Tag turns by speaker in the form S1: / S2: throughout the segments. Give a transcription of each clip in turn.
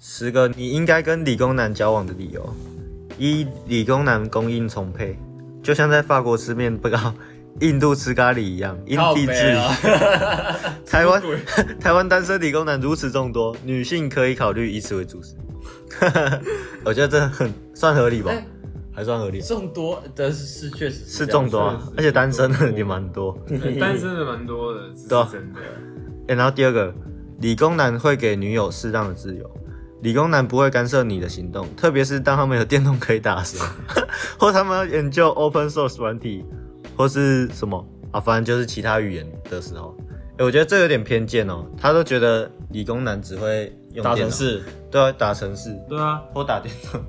S1: 十个你应该跟理工男交往的理由：一、理工男供应充沛，就像在法国吃面包、印度吃咖喱一样，因
S2: 靠
S1: 地制
S2: 北
S1: 宜。
S2: 啊
S1: 台湾
S2: 什么
S1: 台湾单身理工男如此众多，女性可以考虑以此为主食。 我觉得这很算合理吧，
S2: 哎
S1: 还算合理，
S2: 众多的是是确实
S1: 是
S2: 这样
S1: 众多、啊
S2: 确实，
S1: 而且单身的也蛮多。
S3: 对单身的蛮多的，这是
S1: 对啊
S3: 真的。
S1: 欸，然后第二个，理工男会给女友适当的自由，理工男不会干涉你的行动，特别是当他们有电动可以打的时候， 或他们要研究 open source 软体，或是什么啊，反正就是其他语言的时候。欸，我觉得这有点偏见哦，他都觉得理工男只会用
S2: 大
S1: 电
S2: 城
S1: 脑，
S2: 市。
S1: 对啊，打城市
S3: 对啊，
S1: 或打电动，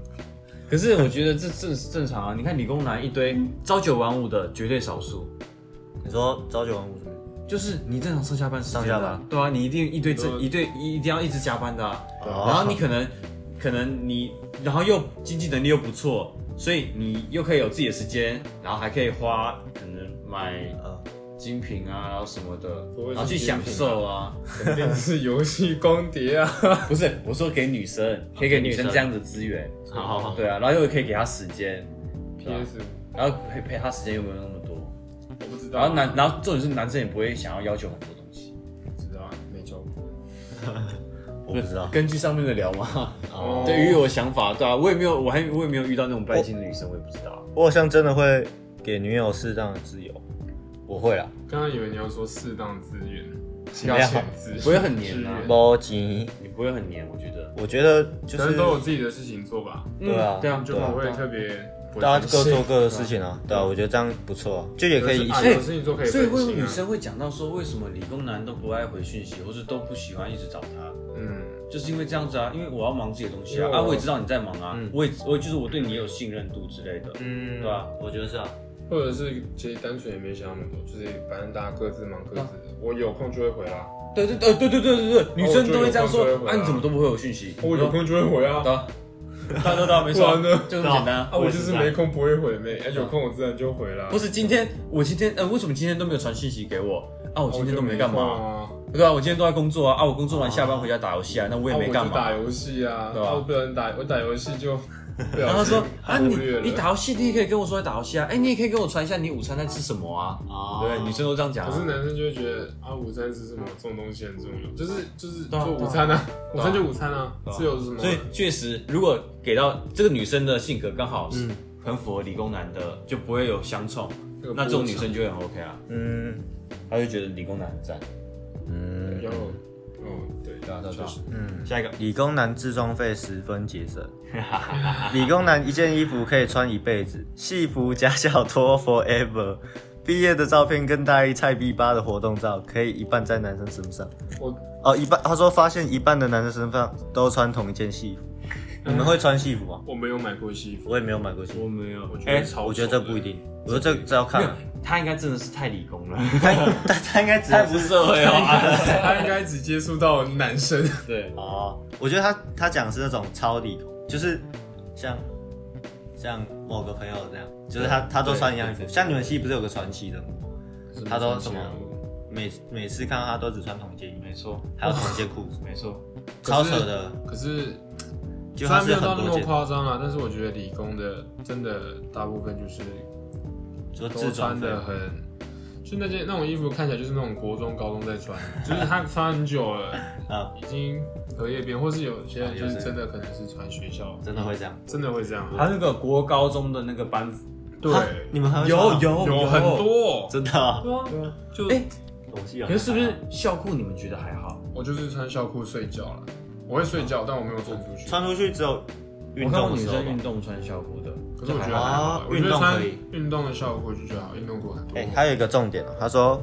S2: 可是我觉得这正正常啊！你看理工男一堆朝九晚五的绝对少数，
S1: 你说朝九晚五是不是
S2: 就是你正常上下班时间的啊
S1: 上下班
S2: 对啊，你一定一堆
S3: 对
S2: 这一对一一定要一直加班的、啊，
S1: 对
S2: 然后你可能可能你然后又经济能力又不错，所以你又可以有自己的时间，然后还可以花可能买
S1: 呃，
S2: 精品啊，然后什么的
S3: 不，会是
S2: 然后去享受啊，
S3: 肯定是游戏光碟啊。
S2: 不是我说给女生，可以啊给女生
S1: 女生
S2: 这样的资源，
S1: 好好好
S2: 对啊，然后又可以给她时间，对啊
S3: PS，
S2: 然后陪陪她时间又没有那么多。
S3: 我不知道。
S2: 然后男，然后重点是男生也不会想要要求很多东西。
S3: 不知道，没交过。
S1: 我不知道，
S2: 根据上面的聊嘛，
S3: 哦
S2: 对于我的想法，对啊，我也没有，我还我也没有遇到那种拜金的女生，我也不知道。
S1: 我好像真的会给女友适当的自由，我会啊啦，
S3: 刚刚以为你要说适当资源，
S1: 量
S3: 要限制，
S2: 不会很黏啊
S3: 资源
S1: 没急，
S2: 你不会很黏，我觉得。
S1: 我觉得就
S3: 但
S1: 是
S3: 是都有自己的事情做吧，
S1: 对啊
S2: 嗯对啊，
S3: 就
S1: 对啊
S3: 不会特别不会
S1: 大家
S3: 分
S1: 各
S3: 心
S1: 做各的事情啊，对啊，我觉得这样不错啊，就也可以一
S3: 啊
S1: 起。
S3: 有事情做可以
S2: 所以
S3: 分
S2: 为什么
S3: 心
S2: 女
S3: 啊。
S2: 生会讲到说，为什么理工男都不爱回讯息，或是都不喜欢一直找他，
S3: 嗯，
S2: 就是因为这样子啊，因为我要忙自己的东西
S3: 因
S2: 啊，
S3: 为我
S2: 啊，我也知道你在忙啊
S1: 嗯，
S2: 我也我就是我对你有信任度之类的，
S1: 嗯
S2: 对啊，
S1: 我觉得是啊，
S3: 或者是其实单纯也没想那么多，就是反正大家各自忙各自的，我有空就会回啊啦，
S2: 对对对对对对对对，女生都会哦这样
S3: 我就
S2: 说
S3: 有空，就会回
S2: 啊，
S3: 啊
S2: 你怎么都不回我讯息？
S3: 我有空就会回啊
S2: 对。啊， 对对对啊，没错啊
S3: 不然呢，
S2: 就这么简单啊
S3: 啊，。我就是没空不会回妹，哎，有空我自然就回啦。
S2: 不是今天，我今天，呃，为什么今天都没有传信息给我？啊，我
S3: 啊，
S2: 今
S3: 我
S2: 天
S3: 就
S2: 都
S3: 没
S2: 干
S3: 空
S2: 嘛？
S3: 啊，
S2: 对啊，我今天都在工作啊，啊，我工作完下班回家打游戏啊，那我也
S3: 啊
S2: 没干
S3: 我就打
S2: 嘛。
S3: 游戏啊，
S2: 对吧
S3: 啊我不能打，我打游戏 就不
S2: 然后
S3: 小
S2: 他说啊，
S3: 心
S2: 你
S3: 忽略了。
S2: 你打游戏，你也可以跟我说在打游戏啊，哎，你也可以跟我传一下你午餐在吃什么啊，
S1: 啊
S2: 对，女生都这样讲
S3: 可是
S2: 啊。
S3: 男生就会觉得啊，午餐是什么？这种东西很重要，就是就是
S2: 对啊
S3: 就午餐啊，午
S2: 对啊
S3: 餐就午餐啊
S2: 对，啊
S3: 这有什么？
S2: 所以确实，如果给到这个女生的性格刚好是
S1: 嗯
S2: 很符合理工男的，就不会有相冲，
S3: 那个
S2: 那这种女
S3: 波
S2: 生就会很 OK 啊，
S1: 嗯
S2: 她就觉得理工男很赞。
S3: 长
S1: 嗯
S3: 要嗯，对，
S2: 对啊，对啊，对
S3: 确
S2: 啊
S3: 实
S1: 嗯，下一个，理工男自装费十分节省，理工男一件衣服可以穿一辈子，戏服假小拖 forever。毕业的照片跟大一菜逼吧的活动照，可以一半在男生身上
S3: 我
S1: 哦，一半他说发现一半的男生身上都穿同一件戏服，你们会穿戏服吗？
S3: 我没有买过西服，
S1: 我也没有买过戏服，
S2: 我没有
S3: 我觉
S2: 哎
S3: 得，超丑的，
S1: 我觉得这不一定，我觉得这这要
S2: 没
S1: 看
S2: 有
S1: 啊，，
S2: 她应该真的是太理 工了。
S1: 他他他应该只
S2: 太
S1: 是
S2: 不社会了。
S3: 他应该只接触到男生，
S2: 对，
S1: 哦，我觉得他他讲的是那种超理工，就是像像某个朋友这样，就是他他都穿一样衣服。像你们系不是有个传奇人物， 他都什么每每次看到他都只穿同一件衣服，
S2: 没错，
S1: 还有同一件裤子，
S2: 没错，
S1: 超扯的。
S3: 可是
S1: 就
S3: 虽
S1: 他
S3: 然没
S1: 是
S3: 有到
S1: 很
S3: 那
S1: 多
S3: 么
S1: 件，
S3: 夸张啊，但是我觉得理工的真的大部分就是
S1: 就
S3: 都
S1: 自
S3: 穿
S1: 装费
S3: 的很，就那件那种衣服看起来就是那种国中高中在穿，就是他穿很久了，
S1: 啊，
S3: 已经荷叶边，或是有些人就
S1: 有
S3: 是
S1: 些人
S3: 真的可能是穿学校，
S1: 真的会这样。
S3: 真的会这样
S2: 他
S3: 啊，
S2: 那个国高中的那个班服，
S3: 对
S1: 啊，你们还会穿
S2: 有
S1: 啊
S2: 有
S3: 有很，多，
S1: 真的啊？
S3: 对啊，就
S2: 哎
S1: 我系有
S2: 可是是不是校裤你们觉得还好？
S3: 我就是穿校裤睡觉了，我会睡觉，但我没有穿出去，
S1: 穿出去只有运
S2: 我看过
S1: 动的
S2: 女
S1: 时候
S2: 生
S1: 吧
S2: 运？动穿校裤的，
S3: 可是我觉得
S1: 还
S3: 还
S1: 好
S3: 好
S1: 啊，
S3: 我觉
S1: 运
S3: 得
S1: 动
S3: 穿
S1: 可以
S3: 运动的校裤就最好，运动裤很多
S1: 哎、，还有一个重点哦、他说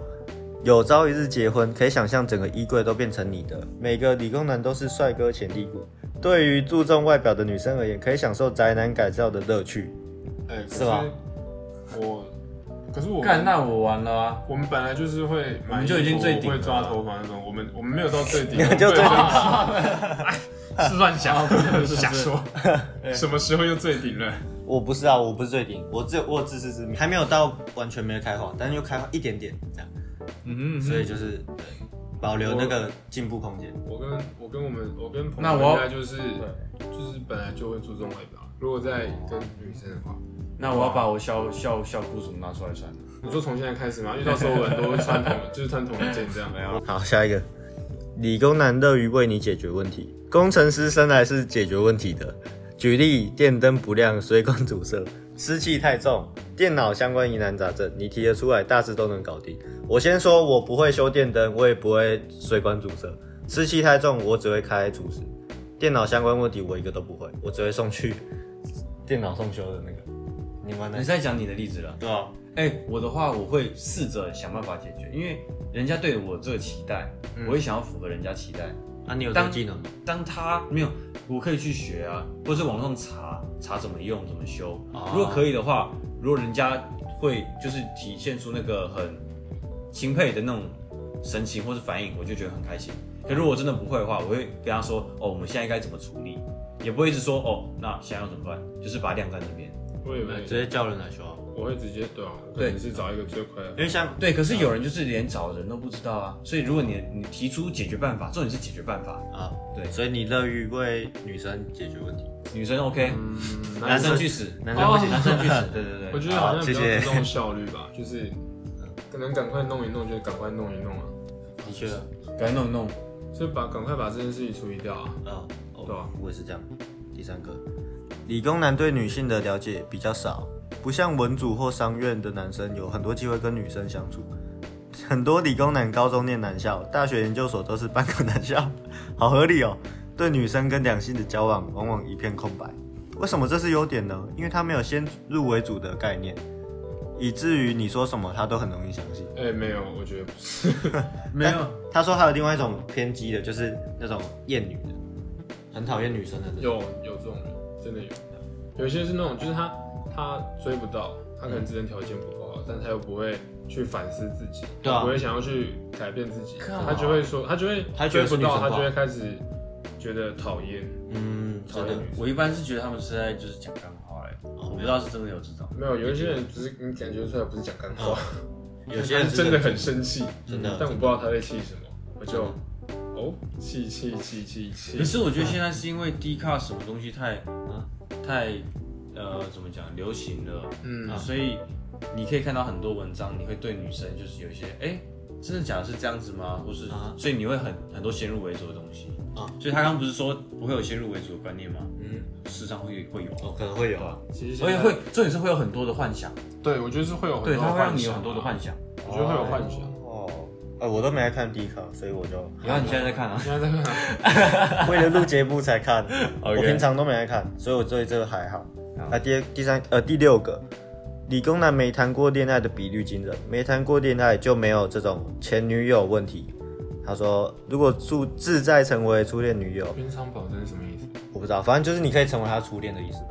S1: 有朝一日结婚，可以想象整个衣柜都变成你的，每个理工男都是帅哥潜力股。对于注重外表的女生而言，可以享受宅男改造的乐趣。
S3: 哎，可
S1: 是吧？
S3: 我，可是我
S2: 干，那我完了 啊！
S3: 我们本来就是会买衣服，
S2: 我们就已经最顶了
S3: 会抓头发那种，我们我们没有到最顶，
S1: 就最
S3: 对
S1: 顶
S3: 对是乱想，
S2: 哦是
S3: 瞎说。什么时候又最顶了？
S1: 我不是啊，我不是最顶，我只有我有自知之明，还没有到完全没有开花，但是又开花一点点这样，
S2: 嗯
S1: 所以就是对保留那个进步空间。
S3: 我跟我跟我们我跟朋
S2: 那
S3: 友
S2: 我
S3: 应该就是就是本来就会注重外表，啊如果在跟女生的话，
S2: 那我要把我校校校裤什么拿出来穿。
S3: 你说从现在开始吗？因为到时候我们都会穿同，就是穿同一件这样。
S2: 没有，
S1: 好，下一个，理工男乐于为你解决问题，工程师生来是解决问题的。举例：电灯不亮，水管阻塞，湿气太重，电脑相关疑难杂症，你提得出来，大致都能搞定。我先说，我不会修电灯，我也不会水管阻塞，湿气太重，我只会开除湿。电脑相关问题我一个都不会，我只会送去电脑送修的那个。你们
S2: 你
S1: 呢？
S2: 在讲你的例子了。
S1: 对啊，
S2: 哎、我的话我会试着想办法解决，因为人家对我这个期待，
S1: 嗯
S2: 我也想要符合人家期待。
S1: 啊，你有
S2: 当
S1: 技能吗？
S2: 当他没有，我可以去学啊，或是网上查查怎么用、怎么修。
S1: 哦
S2: 如果可以的话，如果人家会就是体现出那个很钦佩的那种神情或是反应，我就觉得很开心。可如果我真的不会的话，我会跟他说：“哦，我们现在该怎么处理？”也不会一直说：“哦，那现在要怎么办？”就是把它晾在那边。
S3: 我也会，
S1: 接叫人来修啊。
S3: 我会直接对啊，可
S2: 对
S3: 能是找一个最快的
S1: 因。为像
S2: 对，可是有人就是连找人都不知道啊。所以如果你你提出解决办法，重点是解决办法。
S1: 啊，
S2: 对
S1: 所以你乐于为女生解决问题，
S2: 女生 OK，、
S3: 嗯，
S2: 男
S1: 男生
S2: 生去死，
S1: 男生不行，
S3: 哦
S1: 男
S2: 男生
S1: 生
S2: 去死。对对
S3: 我
S2: 对，
S3: 觉得好像比较
S1: 好谢谢
S3: 注重效率吧，就是可能赶快弄一弄就赶快弄一弄啊，
S1: 的确，
S2: 赶紧弄一弄。
S3: 就把赶快把这件事情处理掉啊。
S1: 啊，哦
S3: 对啊
S1: 我也是这样。第三个，理工男对女性的了解比较少，不像文组或商院的男生有很多机会跟女生相处。很多理工男高中念男校，大学研究所都是半个男校， 好合理哦。对女生跟两性的交往往往一片空白，为什么这是优点呢？因为他没有先入为主的概念，以至于你说什么他都很容易相信。
S3: 哎，没有，我觉得不是。
S2: 没有，
S1: 他说还有另外一种偏激的，就是那种厌女的，很讨厌女生的那种。
S3: 有有这种人，真的有。有一些是那种，就是他他追不到，他可能自身条件不够好，但他又不会去反思自己，
S1: 对啊
S3: 不会想要去改变自己，
S2: 靠
S3: 他就会说，他就会
S1: 他觉
S3: 追
S1: 得是
S3: 不
S1: 女
S3: 到，
S1: 神
S3: 他
S1: 话
S3: 就会开始觉得讨厌。
S1: 嗯，
S3: 真的
S2: 我一般是觉得他们是在就是讲干话哎、我不知道是真的有这种。
S3: 没有，有一些人只是你感觉出来不是讲干话，
S1: 有些人
S3: 他是真的很生气，
S1: 真的
S3: 但我不知道他在气什么，我就哦气气气气
S2: 可
S3: 气，
S2: 是我觉得现在是因为 D 卡什么东西太
S1: 嗯
S2: 太呃怎么讲流行了，
S3: 嗯，
S2: 所以你可以看到很多文章，你会对女生就是有一些哎、真的假的是这样子吗？或是、
S1: 啊
S2: 所以你会很很多先入为主的东西。
S1: 啊
S2: 所以他刚刚不是说不会有先入为主的观念吗？
S1: 嗯，
S2: 事实上会会有，
S1: 哦，可能会有啊。
S3: 其实现
S2: 而且
S3: 在
S2: 会，重点是会有很多的幻想，
S3: 对我觉得是会有很
S2: 对，
S3: 多
S2: 它会让
S3: 幻
S2: 你有
S3: 想，啊
S2: 很多的哦幻想。啊
S3: 我觉得会有幻想。
S1: 哦，呃，我都没来看 D 卡，所以我就
S2: 你看你现在在看啊，
S3: 现在在看哪
S1: 为了录节目才 看。我
S2: OK
S1: 平常都没来看，所以我对这个还好。啊，第二第三呃第六个，理工男没谈过恋爱的比率惊人，没谈过恋爱就没有这种前女友问题。他说，如果自自在成为初恋女友，
S3: 冰仓保证是什么意思？
S1: 我不知道，反正就是你可以成为他初恋的意思吧。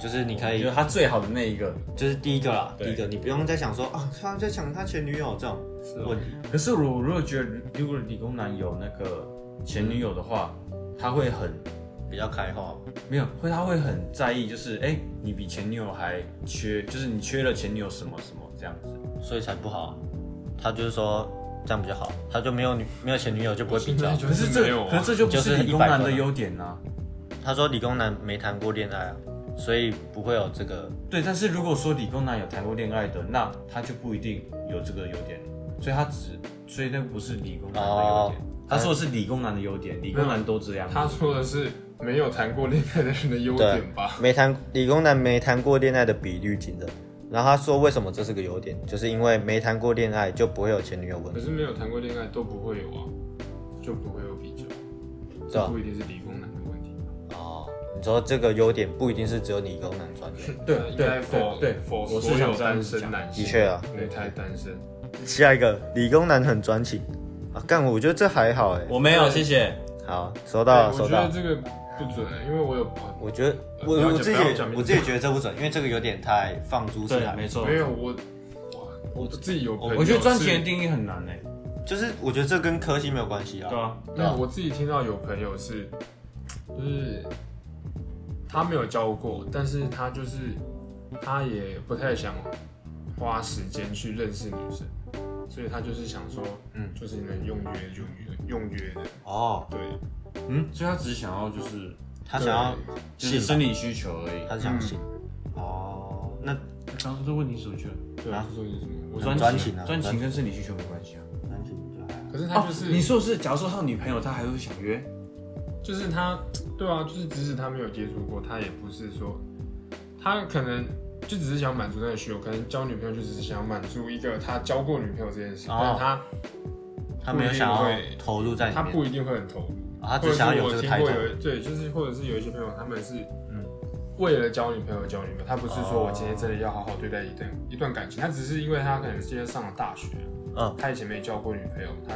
S1: 就是你可
S2: 我
S1: 以
S2: 觉得他最好的那一个。
S1: 就是第一个啦，
S2: 对
S1: 第一个你不用再想说啊，他在想他前女友这种问题，
S2: 可是我如果觉得，如果理工男有那个前女友的话，他会很
S1: 比较开化。
S2: 没有，会他会很在意，就是哎、你比前女友还缺，就是你缺了前女友什么什么这样子。
S1: 所以才不好啊。他就是说这样比较好，他就没有女没有前女友就不会比 较。
S3: 可是这
S2: 这可是这啊就不
S1: 就是是
S2: 理工
S1: 100
S2: 男
S1: 分
S2: 的
S1: 啊
S2: 优点呐、啊。
S1: 他说理工男没谈过恋爱啊，所以不会有这个
S2: 对，但是如果说理工男有谈过恋爱的，那他就不一定有这个优点，所以他只，所以那不是理工男的优
S1: 哦
S2: 点。他说的是理工男的优点，理工男都这样。
S3: 他说的是没有谈过恋爱的人的优点吧？
S1: 没谈理工男没谈过恋爱的比率惊人。然后他说为什么这是个优点，就是因为没谈过恋爱就不会有前女友问
S3: 可
S1: 题，
S3: 是没有谈过恋爱都不会有啊，就不会有比较，
S1: 是
S3: 这
S1: 吧
S3: 不？一定是理工男的问题。
S1: 哦，你说这个优点不一定是只有理工男专有，
S2: 对
S3: 呃应
S2: 对
S3: 该 for
S2: 对
S3: for
S2: 我
S3: 所
S2: 是想
S3: 有
S2: 这样
S3: 单
S2: 子
S3: 身
S2: 讲。
S3: 男性，
S1: 的确啊。
S3: 母胎单身，
S1: 下一个理工男很专情啊，干我觉得这还好哎、
S2: 我没有，谢谢。
S1: 好，收到了，
S3: 对
S1: 收
S3: 我觉
S1: 到
S3: 得
S1: 了。
S3: 这个不准，欸因为我有
S1: 我觉得
S3: 不要
S1: 我
S3: 讲
S1: 我自己
S3: 不要讲
S1: 也我自己觉得这不准，因为这个有点太放诸四海。
S2: 错
S3: 没有我我我自己有朋友是，
S2: 我觉得赚钱的定义很难欸诶。
S1: 就是我觉得这跟科系没有关系啊。
S2: 啊，
S3: 没有，我自己听到有朋友是就是他没有教过，但是他就是他也不太想花时间去认识女生，所以他就是想说，嗯，就是能用约就约，用约的，
S2: 哦，
S3: 对，
S2: 嗯，所以他只是想要就是
S1: 他想要
S2: 就是
S1: 性
S2: 生
S1: 吧，
S2: 理需求而已。
S1: 他想性。
S3: 嗯
S1: 哦，那
S2: 刚刚这问题什么去了？
S3: 对
S1: 啊
S3: 啊，说是什么？我
S1: 专
S3: 说，
S1: 情
S2: 专情
S1: 啊
S2: 专
S1: 专
S2: 情跟生理需求没关系啊。
S1: 男性就还好
S3: 可是他就是、
S2: 哦、你说的是，假如说他有女朋友，他还会想约？
S3: 就是他，对啊，就是即使他没有接触过，他也不是说他可能就只是想满足那个需求，可能交女朋友就只是想满足一个他交过女朋友这件事，
S1: 哦
S3: 但是他
S1: 他没有想
S3: 不一
S1: 要
S3: 定会
S1: 投入在里
S3: 他
S1: 面，
S3: 不一定会很投入，
S1: 啊他
S3: 或
S1: 只
S3: 者
S1: 想
S3: 是
S1: 要有
S3: 我
S1: 这个
S3: 听
S1: 抬头
S3: 过。有对，就是或者是有一些朋友他们是
S1: 嗯
S3: 为了交女朋友交女朋友，他不是说
S1: 哦
S3: 我今天真的要好好对待一段一段感情，他只是因为他可能今天上了大学，
S1: 嗯，
S3: 他以前没交过女朋友，他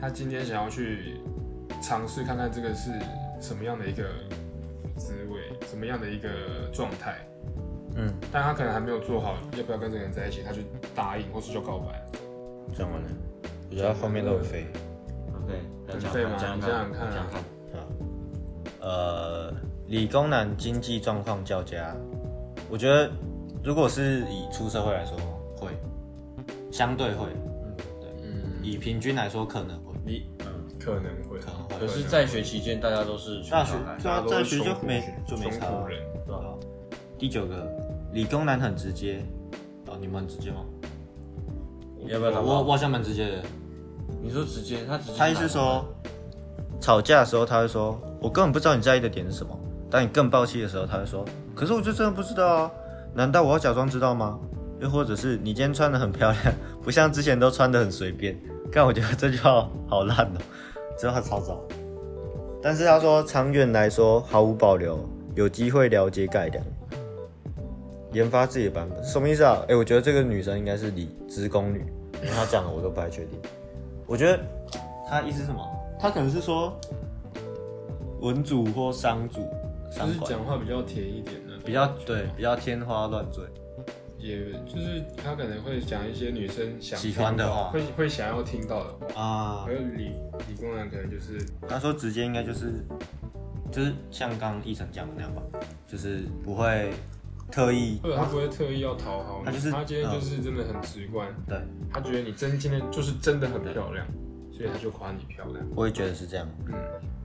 S3: 他今天想要去尝试看看这个是什么样的一个滋味，什么样的一个状态，
S1: 嗯，
S3: 但他可能还没有做好要不要跟这个人在一起，他就答应或是就告白，
S1: 讲完了，我觉得后面都很飞。
S2: OK，
S3: 很废吗
S2: 讲
S3: 你
S2: 讲
S3: 想想看啊
S2: 讲讲看。
S1: 呃，理工男经济状况较佳，我觉得如果是以出社会来说，会相对会，
S3: 嗯，
S1: 以平均来说可能会。
S2: 你嗯，
S3: 可能会，
S1: 可能会
S2: 可是在学期间大家都是
S1: 大学对
S3: 大
S1: 啊
S3: 家，都
S1: 在
S3: 是
S1: 学就
S3: 穷苦
S1: 没
S3: 学
S1: 就没
S3: 穷
S1: 差
S3: 苦
S1: 了
S3: 人。
S1: 对啊。第九个，理工男很直接，哦，你们很直接吗？
S2: 你要不要打
S1: 我
S2: 包？
S1: 我好像蛮直接的，
S2: 你说直接，他直接
S1: 他意思说，吵架的时候他会说，我根本不知道你在意的点是什么。当你更爆气的时候，他会说，可是我就真的不知道啊，难道我要假装知道吗？又或者是你今天穿的很漂亮， 不像之前都穿的很随便。但我觉得这句话好烂哦、真的超糟。但是他说，长远来说毫无保留，有机会了解改良，研发自己的版本，什么意思啊？哎、我觉得这个女生应该是理职工女，因为她讲的我都不太确定。我觉得他意思是什么？他可能是说文主或商主，商
S3: 就是
S1: 管
S3: 讲话比较甜一点的，
S1: 比较对，比较天花乱坠。
S3: 也就是他可能会讲一些女生想
S1: 喜欢的
S3: 听到
S1: 话
S3: 会会想要听到的话。
S1: 啊
S3: 还有理理工男可能就是
S1: 他说直接应该就是就是像刚刚一晨讲的那样吧，就是不会特意
S3: 或者他不会特意要讨好你，
S1: 他就是嗯
S3: 今天就是真的很直观，
S1: 对，
S3: 他觉得你真今天就是真的很漂亮，所以他就夸你漂亮。
S1: 我也觉得是这样，
S3: 嗯，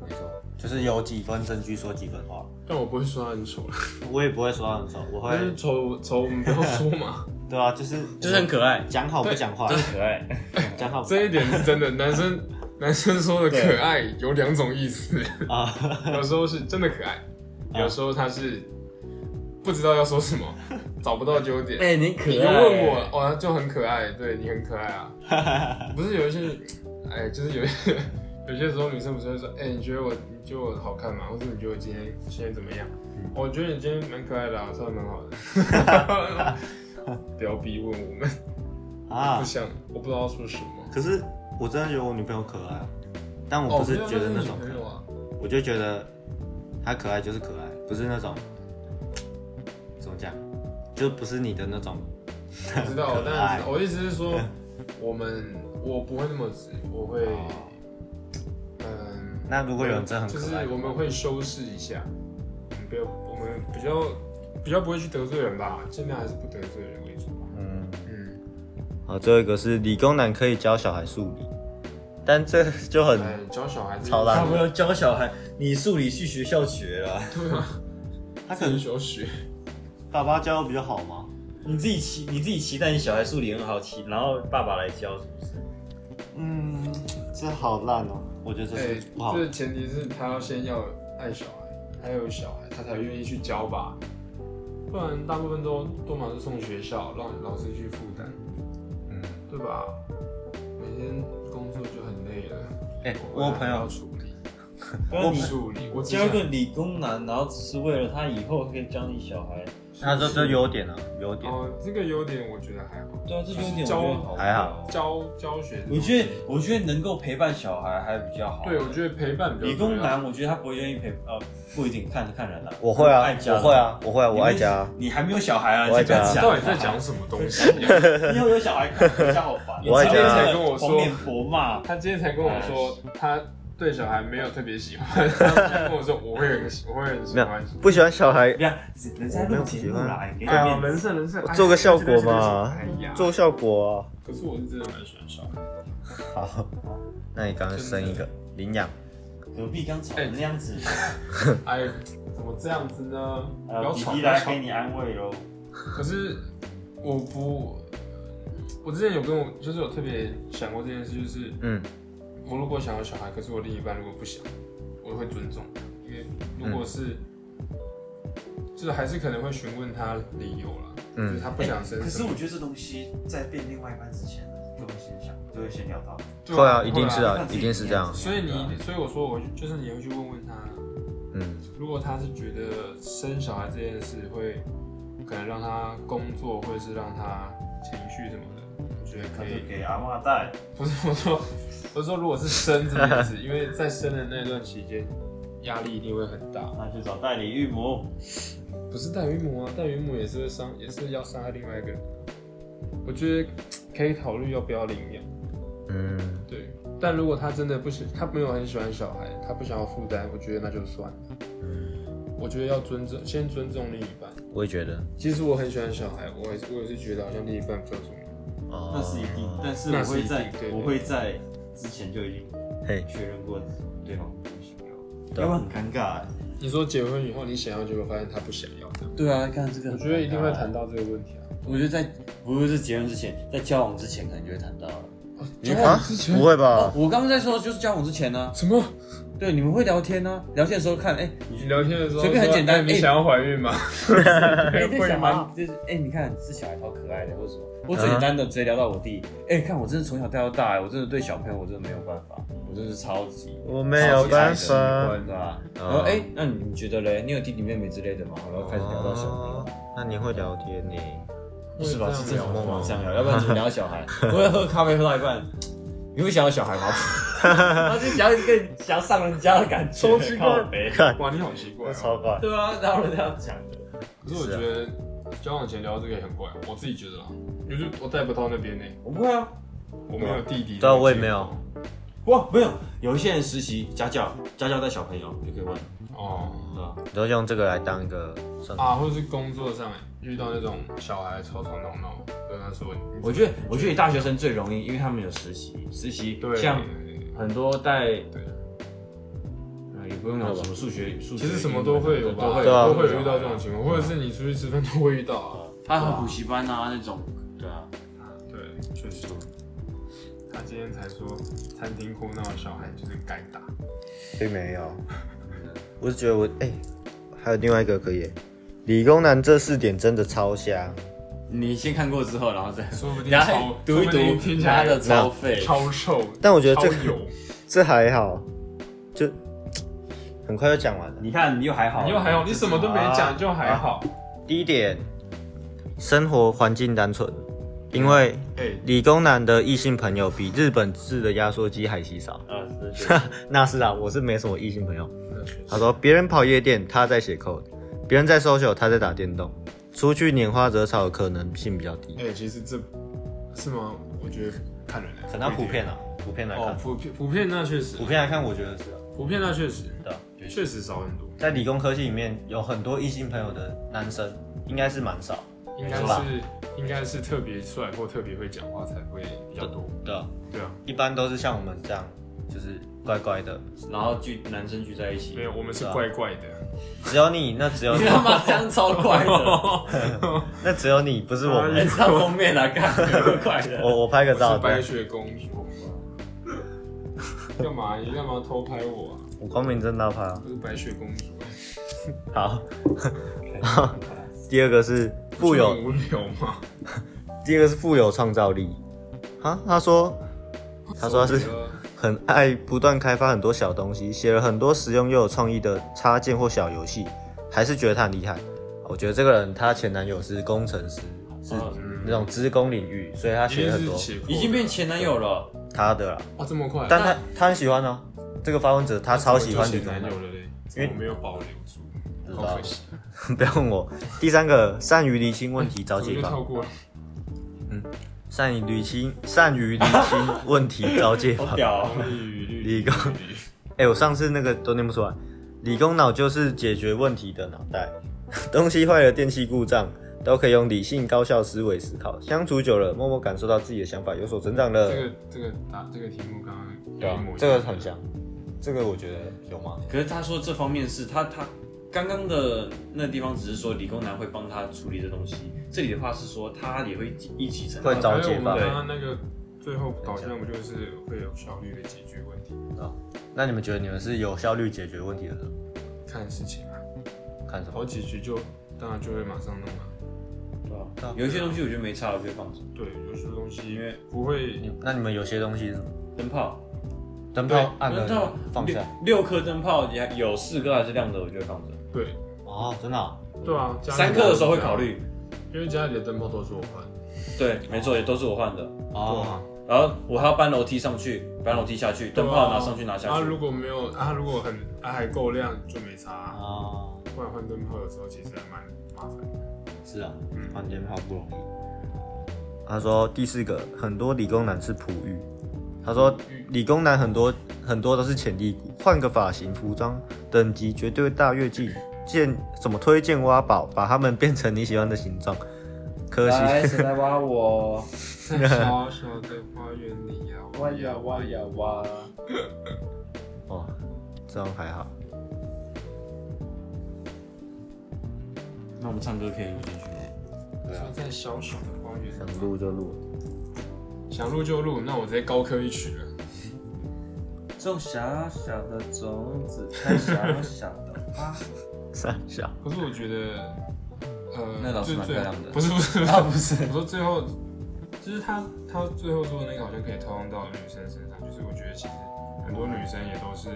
S1: 没错，就是有几分证据说几分话，
S3: 但我不会说他很丑，
S1: 我也不会说他很丑，我
S3: 但
S1: 会
S3: 是丑丑我们不要说 嘛，
S1: 对啊，就是
S2: 就是很可爱，
S1: 讲好不讲话，
S2: 可爱。
S1: 讲好
S3: 这一点是真的。男生男生说的可爱有两种意思，
S1: 啊，
S3: 有时候是真的可爱，
S1: 啊
S3: 有时候他是不知道要说什么， 找不到优 点。
S2: 哎，你可爱。
S3: 你就问我，哦，就很可爱，对你很可爱 啊。不是有一些，哎，就是有一些 有些时候女生不是会说，哎，你觉得我你觉得我好看吗？或者你觉得我今天今天怎么样？
S1: 嗯
S3: 我觉得你今天蛮可爱的、啊，穿的蛮好 的。不要逼问我们，
S1: 啊
S3: 不，想，我不知道说什么。
S1: 可是我真的觉得我女朋友可爱啊，但我
S3: 哦，
S1: 不是
S3: 没有
S1: 觉得
S3: 那
S1: 那
S3: 是
S1: 种
S3: 女，朋友啊，
S1: 我就觉得她可爱就是可爱，不是那种怎么讲，就不是你的那种
S3: 我知道，
S1: 可爱
S3: 但是我意思是说，我们我不会那么直，我会，嗯。
S1: 哦那如果有人真的很
S3: 就
S1: 可
S3: 是
S1: 爱的话，
S3: 我们会修饰一下，嗯，不要，我们比较比较不会去得罪人吧，尽量还是不得罪人为主吧。
S1: 嗯，
S3: 嗯，
S1: 好，最后一个是理工男可以教小孩数理，但这就很
S3: 哎，教小孩子
S1: 超烂
S2: 他不要教小孩，你数理去学校学了，
S1: 啊他可
S3: 啊自己
S1: 能
S3: 修学，
S1: 爸爸教比较好嘛，
S2: 你自己期你自己期待你小孩数理很好，期然后爸爸来教是不是？
S1: 嗯，这好烂哦，我觉得
S3: 哎
S1: 这是不好
S3: 这，个前提是他要先要爱小孩，还有小孩，他才愿意去教吧，不然大部分都都嘛是送学校，让老师去负担，
S1: 嗯，
S3: 对吧？每天工作就很累了，
S1: 哎，
S3: 回
S1: 我
S3: 来
S1: 朋
S3: 还
S1: 友
S3: 要处理，
S2: 不然
S3: 我
S2: 你
S3: 处理，我只
S2: 教
S3: 想
S2: 一个理工男，然后只是为了他以后可以教你小孩，
S1: 他说这优点啊，优点，
S3: 哦，这个优点我觉得还好。
S2: 对啊，这有点
S3: 教
S2: 我觉得好
S1: 还好
S3: 教教学的东西，
S2: 我觉得，我觉得能够陪伴小孩还比较好。啊
S3: 对，我觉得陪伴比
S2: 理
S3: 较重要
S2: 工男，我觉得他不会愿意陪，呃，不一定看看人啦。
S1: 我会啊
S2: 爱，家
S1: 我会，啊，我会啊，我爱家啊，
S2: 你还没有小孩啊？
S1: 我爱
S2: 你这
S1: 家
S2: 样
S1: 啊
S2: 讲
S3: 到底在讲什么东 西、
S2: 你以后有小孩，看回家好烦。
S1: 我爱家啊
S2: 你直接跟我说黄脸婆骂，
S3: 他今天才跟我说，他对小孩没有特别 喜欢，他们现在跟我说我会很喜，我会很喜
S1: 没有
S3: 欢。
S1: 不喜欢小孩
S4: 不要，人家录节目
S1: 啊
S4: 啦，给你
S3: 哎呀，
S4: 面
S3: 人
S4: 子。
S3: 设人设，哎
S1: 做个效果嘛
S3: 哎呀，
S1: 做效果、啊。
S3: 可是我是真的蛮喜欢小孩。
S1: 好，那你刚刚生一个领养，
S4: 隔壁刚吵成那样子，
S3: 哎，怎么这样子呢？不
S4: 呃，
S3: 要
S4: 弟
S3: 吵，
S4: 弟
S3: 不要
S4: 来
S3: 吵
S4: 给。你安慰喽。
S3: 可是我不，我之前有跟我就是有特别想过这件事，就是
S1: 嗯，
S3: 我如果想要小孩，可是我另一半如果不想，我会尊重，因为如果是，
S1: 嗯
S3: 就是还是可能会询问他理由啦，
S1: 嗯
S3: 就是他不想生
S4: 哎可
S3: 什
S4: 是
S3: 么，
S4: 我觉得这东西在变另外一半之前，就会先想，就会先聊到。
S3: 对
S1: 会啊，一定是
S4: 会
S1: 啊
S4: 啊，
S1: 一定是这样，
S3: 所以你，所以我说我就就是你会去问问他，
S1: 嗯
S3: 如果他是觉得生小孩这件事会可能让他工作，或者是让他情绪什么的，我觉得
S4: 他
S3: 可
S4: 就
S3: 以。
S4: 给阿妈带，
S3: 不是我说，我说如果是生这件事，因为在生的那段期间，压力一定会很大。
S4: 那去找代理孕母。
S3: 不是带鱼母啊，带鱼母也是会伤，也是要伤害另外一个人。我觉得可以考虑要不要领养。
S1: 嗯，
S3: 对，但如果他真的不喜，他没有很喜欢小孩，他不想要负担，我觉得那就算了。我觉得要尊重，先尊重另一半。
S1: 我也觉得，
S3: 其实我很喜欢小孩，我也是我也是觉得好像另一半比较重要。
S1: 哦，
S4: 那是一定，但是
S3: 那
S4: 我
S3: 是一
S4: 会
S3: 定
S4: 在
S3: 对对
S4: 我会在之前就已经
S1: 哦嘿，
S4: 确认过对方不行了，
S1: 对
S4: 要不然很尴尬欸。
S3: 你说结婚以后你想要，结果发现他不想要，
S4: 对啊，看这个
S3: 我觉得一定会谈。到这个问题啊。
S4: 我觉得在不是结婚之前，在交往之前可能就会谈到了。
S3: 交
S1: 啊
S3: 往之前
S1: 不会吧？
S4: 我刚刚在说就是交往之前呢、
S3: 什么？
S4: 对，你们会聊天呢、聊天的时候看，哎、
S3: 你聊天的时候
S4: 随便很
S3: 说
S4: 简单
S3: 哎你
S4: 哎
S3: 想要怀孕吗？
S4: 哎，这
S3: 会
S4: 小
S3: 吗？
S4: 孩就是哎、你看这小孩好可爱的，或者什么，我最简单的直接聊到我弟，
S3: 嗯
S4: 哎、看我真的从小带到大、哎我真的对小朋友我真的没有办法，我真的是超级。
S1: 我没有办
S4: 超级爱
S1: 法
S4: 的，对吧？
S1: 哦
S4: 然后哎，那你你觉得嘞？你有弟弟妹妹之类的吗？然后开始聊到小朋友
S1: 哦，那你会聊天呢？
S4: 不是吧？是
S3: 这
S4: 正
S3: 样
S4: 常
S3: 聊
S4: 吗？这样聊，要不然怎么聊小 孩？我会喝咖啡喝到一半，你会想要小孩吗？然后就想要一个想要上人家的感觉，
S1: 超奇怪
S4: 靠北
S1: 看，
S3: 哇，你好奇怪、
S1: 这
S3: 哦。
S1: 超怪，
S4: 对啊，然后人家讲的，
S3: 可是我觉得交往前聊这个也很怪，我自己觉得啊，因为我带不到那边呢、
S4: 我不会啊。
S3: 我没有弟弟。
S1: 对啊，我也没有。
S4: 哇，没有，有一些人实习家教，家教带小朋友就可以问，
S3: 哦
S4: 对吧？
S1: 你都用这个来当一个算
S3: 啊，或者是工作上、欸、遇到那种小孩吵吵闹闹，跟他说，你
S4: 我觉得，我觉得大学生最容易，因为他们有实习，实习
S3: 对，
S4: 像很多带，
S3: 对
S4: 呃也不用聊什么数学，数
S3: 其
S4: 学
S3: 实什么都会有吧，
S4: 都会
S1: 对啊
S3: 都会有遇到这种情况，或者是你出去吃饭都会遇到啊。
S4: 还有补习班啊那种，对啊，
S3: 对，确实。他今天才说，餐厅哭闹的小孩就是该打。
S1: 并没有，我是觉得我哎、还有另外一个可以，理工男这四点真的超瞎，
S4: 你先看过之后，然后再
S3: 说不定
S4: 然
S3: 超
S4: 后读一
S3: 说不定
S4: 读
S3: 听，起
S4: 他
S3: 来
S4: 的超废，
S3: 超瘦，
S1: 但我觉得
S3: 超
S1: 这
S3: 油。
S1: 这还好，就很快就讲完了。
S4: 你看你又还好，
S3: 你又还好，你什么都没讲就还好。
S1: 第一点，生活环境单纯，因为
S3: 哎、
S1: 理工男的异性朋友比日本制的压缩机还稀少。
S4: 呃，是是
S1: 那是啊，我是没什么异性朋友。
S3: 那确实
S1: 他说别人跑夜店，他在写 code；别人在 social，他在打电动。出去拈花惹草的可能性比较低，
S3: 哎、其实这是吗？我觉得看人来，
S1: 可能普遍啊，普遍来
S3: 哦
S1: 看，，
S3: 普遍普遍那确实
S1: 普，遍来看，我觉得是啊。
S3: 普遍那确实，
S1: 的，
S3: 确实少很多，
S1: 在理工科系里面有很多异性朋友的男生，应该是蛮少
S3: 应该
S1: 没错吧
S3: 是应该是特别帅或特别会讲话才会比较多，
S1: 的，
S3: 对啊，
S1: 一般都是像我们这样，就是乖乖的。
S4: 然后聚男生聚在一起
S3: 没，有，我们是
S1: 对啊
S3: 怪怪的，
S1: 只有你，那只有
S4: 你
S1: 你，
S4: 他妈这样超快的，
S1: 那只有你，不是我
S4: 人
S1: 们。
S4: 家封面啊， 干超快的，
S1: 我我拍个
S3: 我
S1: 照
S3: 是，白雪公主。啊 干嘛？你干嘛偷拍我啊？
S1: 我光明正大拍啊。
S3: 我是白雪公主，
S1: 好，第二个是富有
S3: 这么无聊吗？
S1: 第二个是富有创造力啊，他说，他说他是很爱不断开发很多小东西，写了很多实用又有创意的插件或小游戏，还是觉得他很厉害。我觉得这个人，她前男友是工程师，是那种职工领域，所以他
S3: 嗯一
S1: 学
S3: 定
S1: 很多
S3: 是写过的
S4: 已经变前男友了，
S1: 他的啦。
S3: 哇啊这么快，
S1: 但他他很喜欢哦，这个发问者他超喜欢
S3: 女
S1: 理工
S3: 男
S1: 男
S3: 友，了嘞，
S1: 因为
S3: 我没有保留住，好可惜，
S1: 不要问我。第三个，善于厘清问题，
S3: 我
S1: 找
S3: 就
S1: 解
S3: 跳
S1: 方。
S3: 过了。
S1: 善于厘清，善于厘清问题，找解
S4: 好
S1: 方。
S4: 屌哦，
S3: 红鲤鱼、
S1: 理
S3: 绿
S1: 工
S3: 鲤鱼
S1: 哎、我上次那个都念不出来。理工脑就是解决问题的脑袋， 东西坏了、电器故障，都可以用理性高效思维思考。相处久了，默默感受到自己的想法有所增长了。
S3: 这个这个答这个题目刚刚
S1: 呃对
S3: 有一
S1: 啊
S3: 模一，样
S1: 这个很像，这个我觉得有吗？
S2: 可是他说这方面是他他刚刚的那地方只是说理工男会帮他处理这东西，这里的话是说他也会一起承担
S1: 会。找
S3: 因为
S1: 解
S3: 我
S1: 放
S3: 们刚刚那个最后导向不就是会有效率的解决问题，
S1: 那你们觉得你们是有效率解决问题的人？
S3: 看事情啊，
S1: 看什么
S3: 好？几局就当然就会马上弄了。
S2: 对啊，有一些东西我觉得没差，我就会放着。
S3: 对，有些东
S2: 因
S3: 西
S2: 为
S3: 不会，
S1: 你那你们有些东西是什么？
S2: 灯泡，
S1: 灯泡按
S2: 灯
S1: 了
S2: 泡
S1: 放下
S2: 六。六颗灯泡，你还有四颗还是亮的，我就会放着。
S3: 对
S1: 哦，真的哦、
S3: 对啊，家里
S2: 三颗的时候会考，虑，
S3: 因为家里的灯泡都是我换。
S2: 对，没错，也都是我换的。
S3: 对
S1: 哦
S3: 啊，
S2: 然后我还要搬楼梯上去，搬楼梯下去，灯泡拿上去拿
S3: 啊，
S2: 下去
S3: 如。果没有啊，如果很啊还够亮就没差、啊，
S1: 哦，
S3: 不然换灯泡有时候其实还蛮麻烦的。
S1: 是啊，
S3: 嗯
S1: 换灯泡不容易。他说第四个，很多理工男是璞玉。他说理工男很多很多都是潜力股，换个发型、服装、等级绝对大跃进。见什么推荐挖宝，把他们变成你喜欢的形状。可惜
S4: 来，谁来挖 我？
S3: 在小小的花园里呀、
S4: 挖呀挖呀挖！
S1: 哦，这样还好。
S2: 那我们唱歌可以录进去吗？
S3: 说在小小的花园
S1: 想
S3: 里，
S1: 录 就录。
S3: 想录就录，那我直接高科一曲了。
S4: 种小小的种子，开小小的花。
S1: 三小，
S3: 可是我觉得，呃，
S4: 那老师
S3: 最
S4: 蛮
S3: 最
S4: 漂亮的
S3: 不是不是，
S4: 啊，不是，
S3: 我说最后，就是他他最后说的那个好像可以套用到女生身上，就是我觉得其实很多女生也都是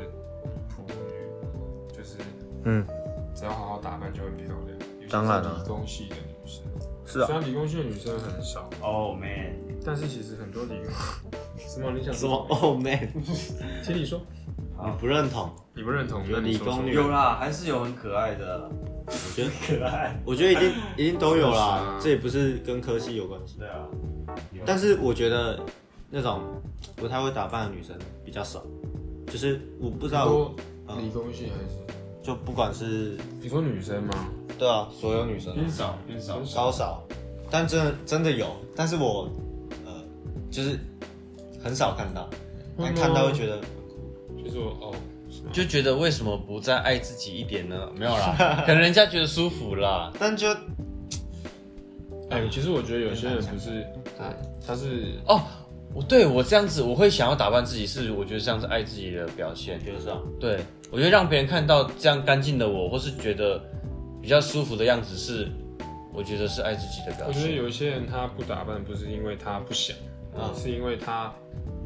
S3: 普女，就是
S1: 嗯，
S3: 只要好好打扮就很漂亮。尤其是
S1: 当然
S4: 啊
S1: 了
S3: 理工系的女生，
S1: 是啊
S3: 虽，然理工系的女生很少，
S2: 哦、man，
S3: 但是其实很多理工 什么你想
S1: 什么？哦 man，
S3: 听你说，
S1: 你不认同？
S3: 你不认同？
S1: 觉
S3: 那
S1: 得
S3: 你
S1: 理
S3: 说说
S1: 工女
S2: 有啦，还是有很可爱的，
S1: 我觉得
S2: 可爱。
S1: 我觉得一 定一定都有
S3: 是
S1: 啦
S3: 啊，
S1: 这也不是跟科系有关系。
S2: 对啊，
S1: 但是我觉得那种不太会打扮的女生比较少，就是我不知
S3: 你
S1: 道，
S3: 说
S1: 哦
S3: 理工系还是
S1: 就不管是
S3: 你说女生吗？
S1: 对啊，所有女生
S3: 嗯
S2: 很少很少。
S1: 超少，但真的真的有，但是我呃就是很少看到，但看到会觉
S3: 嗯
S1: 得
S3: 就是我哦，是吗
S4: 就觉得为什么不再爱自己一点呢？没有啦， 可能人家觉得舒服啦。
S1: 但就
S3: 哎、其实我觉得有些人不是
S1: 嗯
S3: 他他是
S4: 哦，我对我这样子，我会想要打扮自己，是我觉得这样是爱自己的表现。
S1: 觉得是啊，
S4: 对我觉得让别人看到这样干净的我，或是觉得比较舒服的样子是，我觉得是爱自己的表
S3: 我觉得
S4: 现。
S3: 有一些人他不打扮，不是因为他不想，
S1: 嗯
S3: 是因为他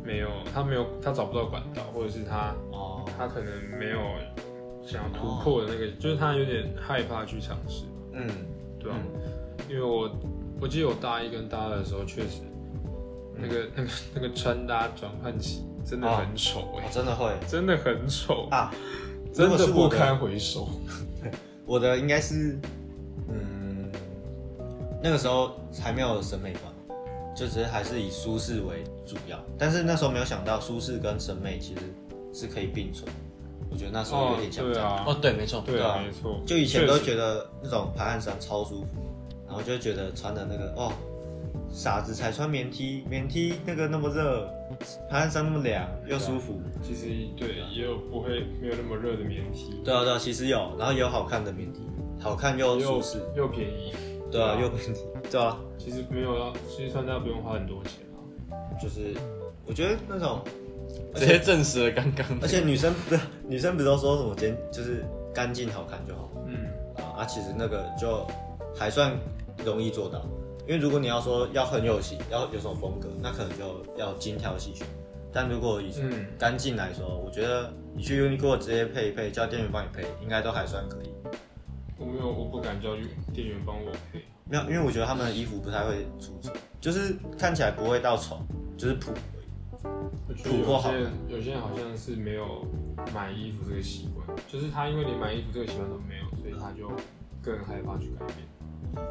S3: 没有他没有他找不到管道，或者是他
S1: 哦，
S3: 他可能没有想要突破的那个，就是他有点害怕去尝试，
S1: 嗯，
S3: 对吧、因为我我记得我大一跟大二的时候，确实
S1: 嗯
S3: 那个、那个那个穿搭转换期真的很丑哎、
S1: 我哦真的会
S3: 真的很丑，
S1: 啊，如
S3: 真
S1: 果
S3: 的
S1: 是
S3: 不
S1: 我的
S3: 堪回首。
S1: 我的应该是，嗯，那个时候还没有审美观，就只是还是以舒适为主要。但是那时候没有想到舒适跟审美其实是可以并存，我觉得那时候有点想
S3: 对
S1: 这样。
S3: 啊
S4: 哦，，对，没错，
S3: 对
S1: 对啊
S3: 啊，没错。
S1: 就以前
S3: 确
S1: 都
S3: 实
S1: 觉得那种排汗衫超舒服，然后就觉得穿的那个哦，傻子才穿棉 T，棉 T 那个那么热，排汗衫那么凉又舒服。
S3: 其实对，也有不会没有那么热的棉 T，
S1: 对啊对啊，其实有，然后也有好看的棉 T，好看又舒
S3: 又
S1: 适。
S3: 又便宜，
S1: 啊对啊，又棉 T，对 啊。
S3: 其实没有要，其实穿搭不用花很多钱啊。
S1: 就是我觉得那种，而
S4: 直接
S1: 且
S4: 证实了刚刚的
S1: 而且女生不女生不都说什么简就是干净好看就好
S3: 嗯，
S1: 啊，啊其实那个就还算容易做到，因为如果你要说要很有型，要有什么风格，那可能就要精挑细选。但如果以
S3: 嗯
S1: 干净来说，我觉得你去 Uniqlo 直接配一配，叫店员帮你配，应该都还算可以。
S3: 我没有，我不敢叫店员帮我配。
S1: 没有，因为我觉得他们的衣服不太会出丑，就是看起来不会到丑，就是普而已。
S3: 我觉得
S1: 主播
S3: 有
S1: 好
S3: 些人有些人好像是没有买衣服这个习惯，就是他因为连买衣服这个习惯都没有，所以他就更害怕去改变。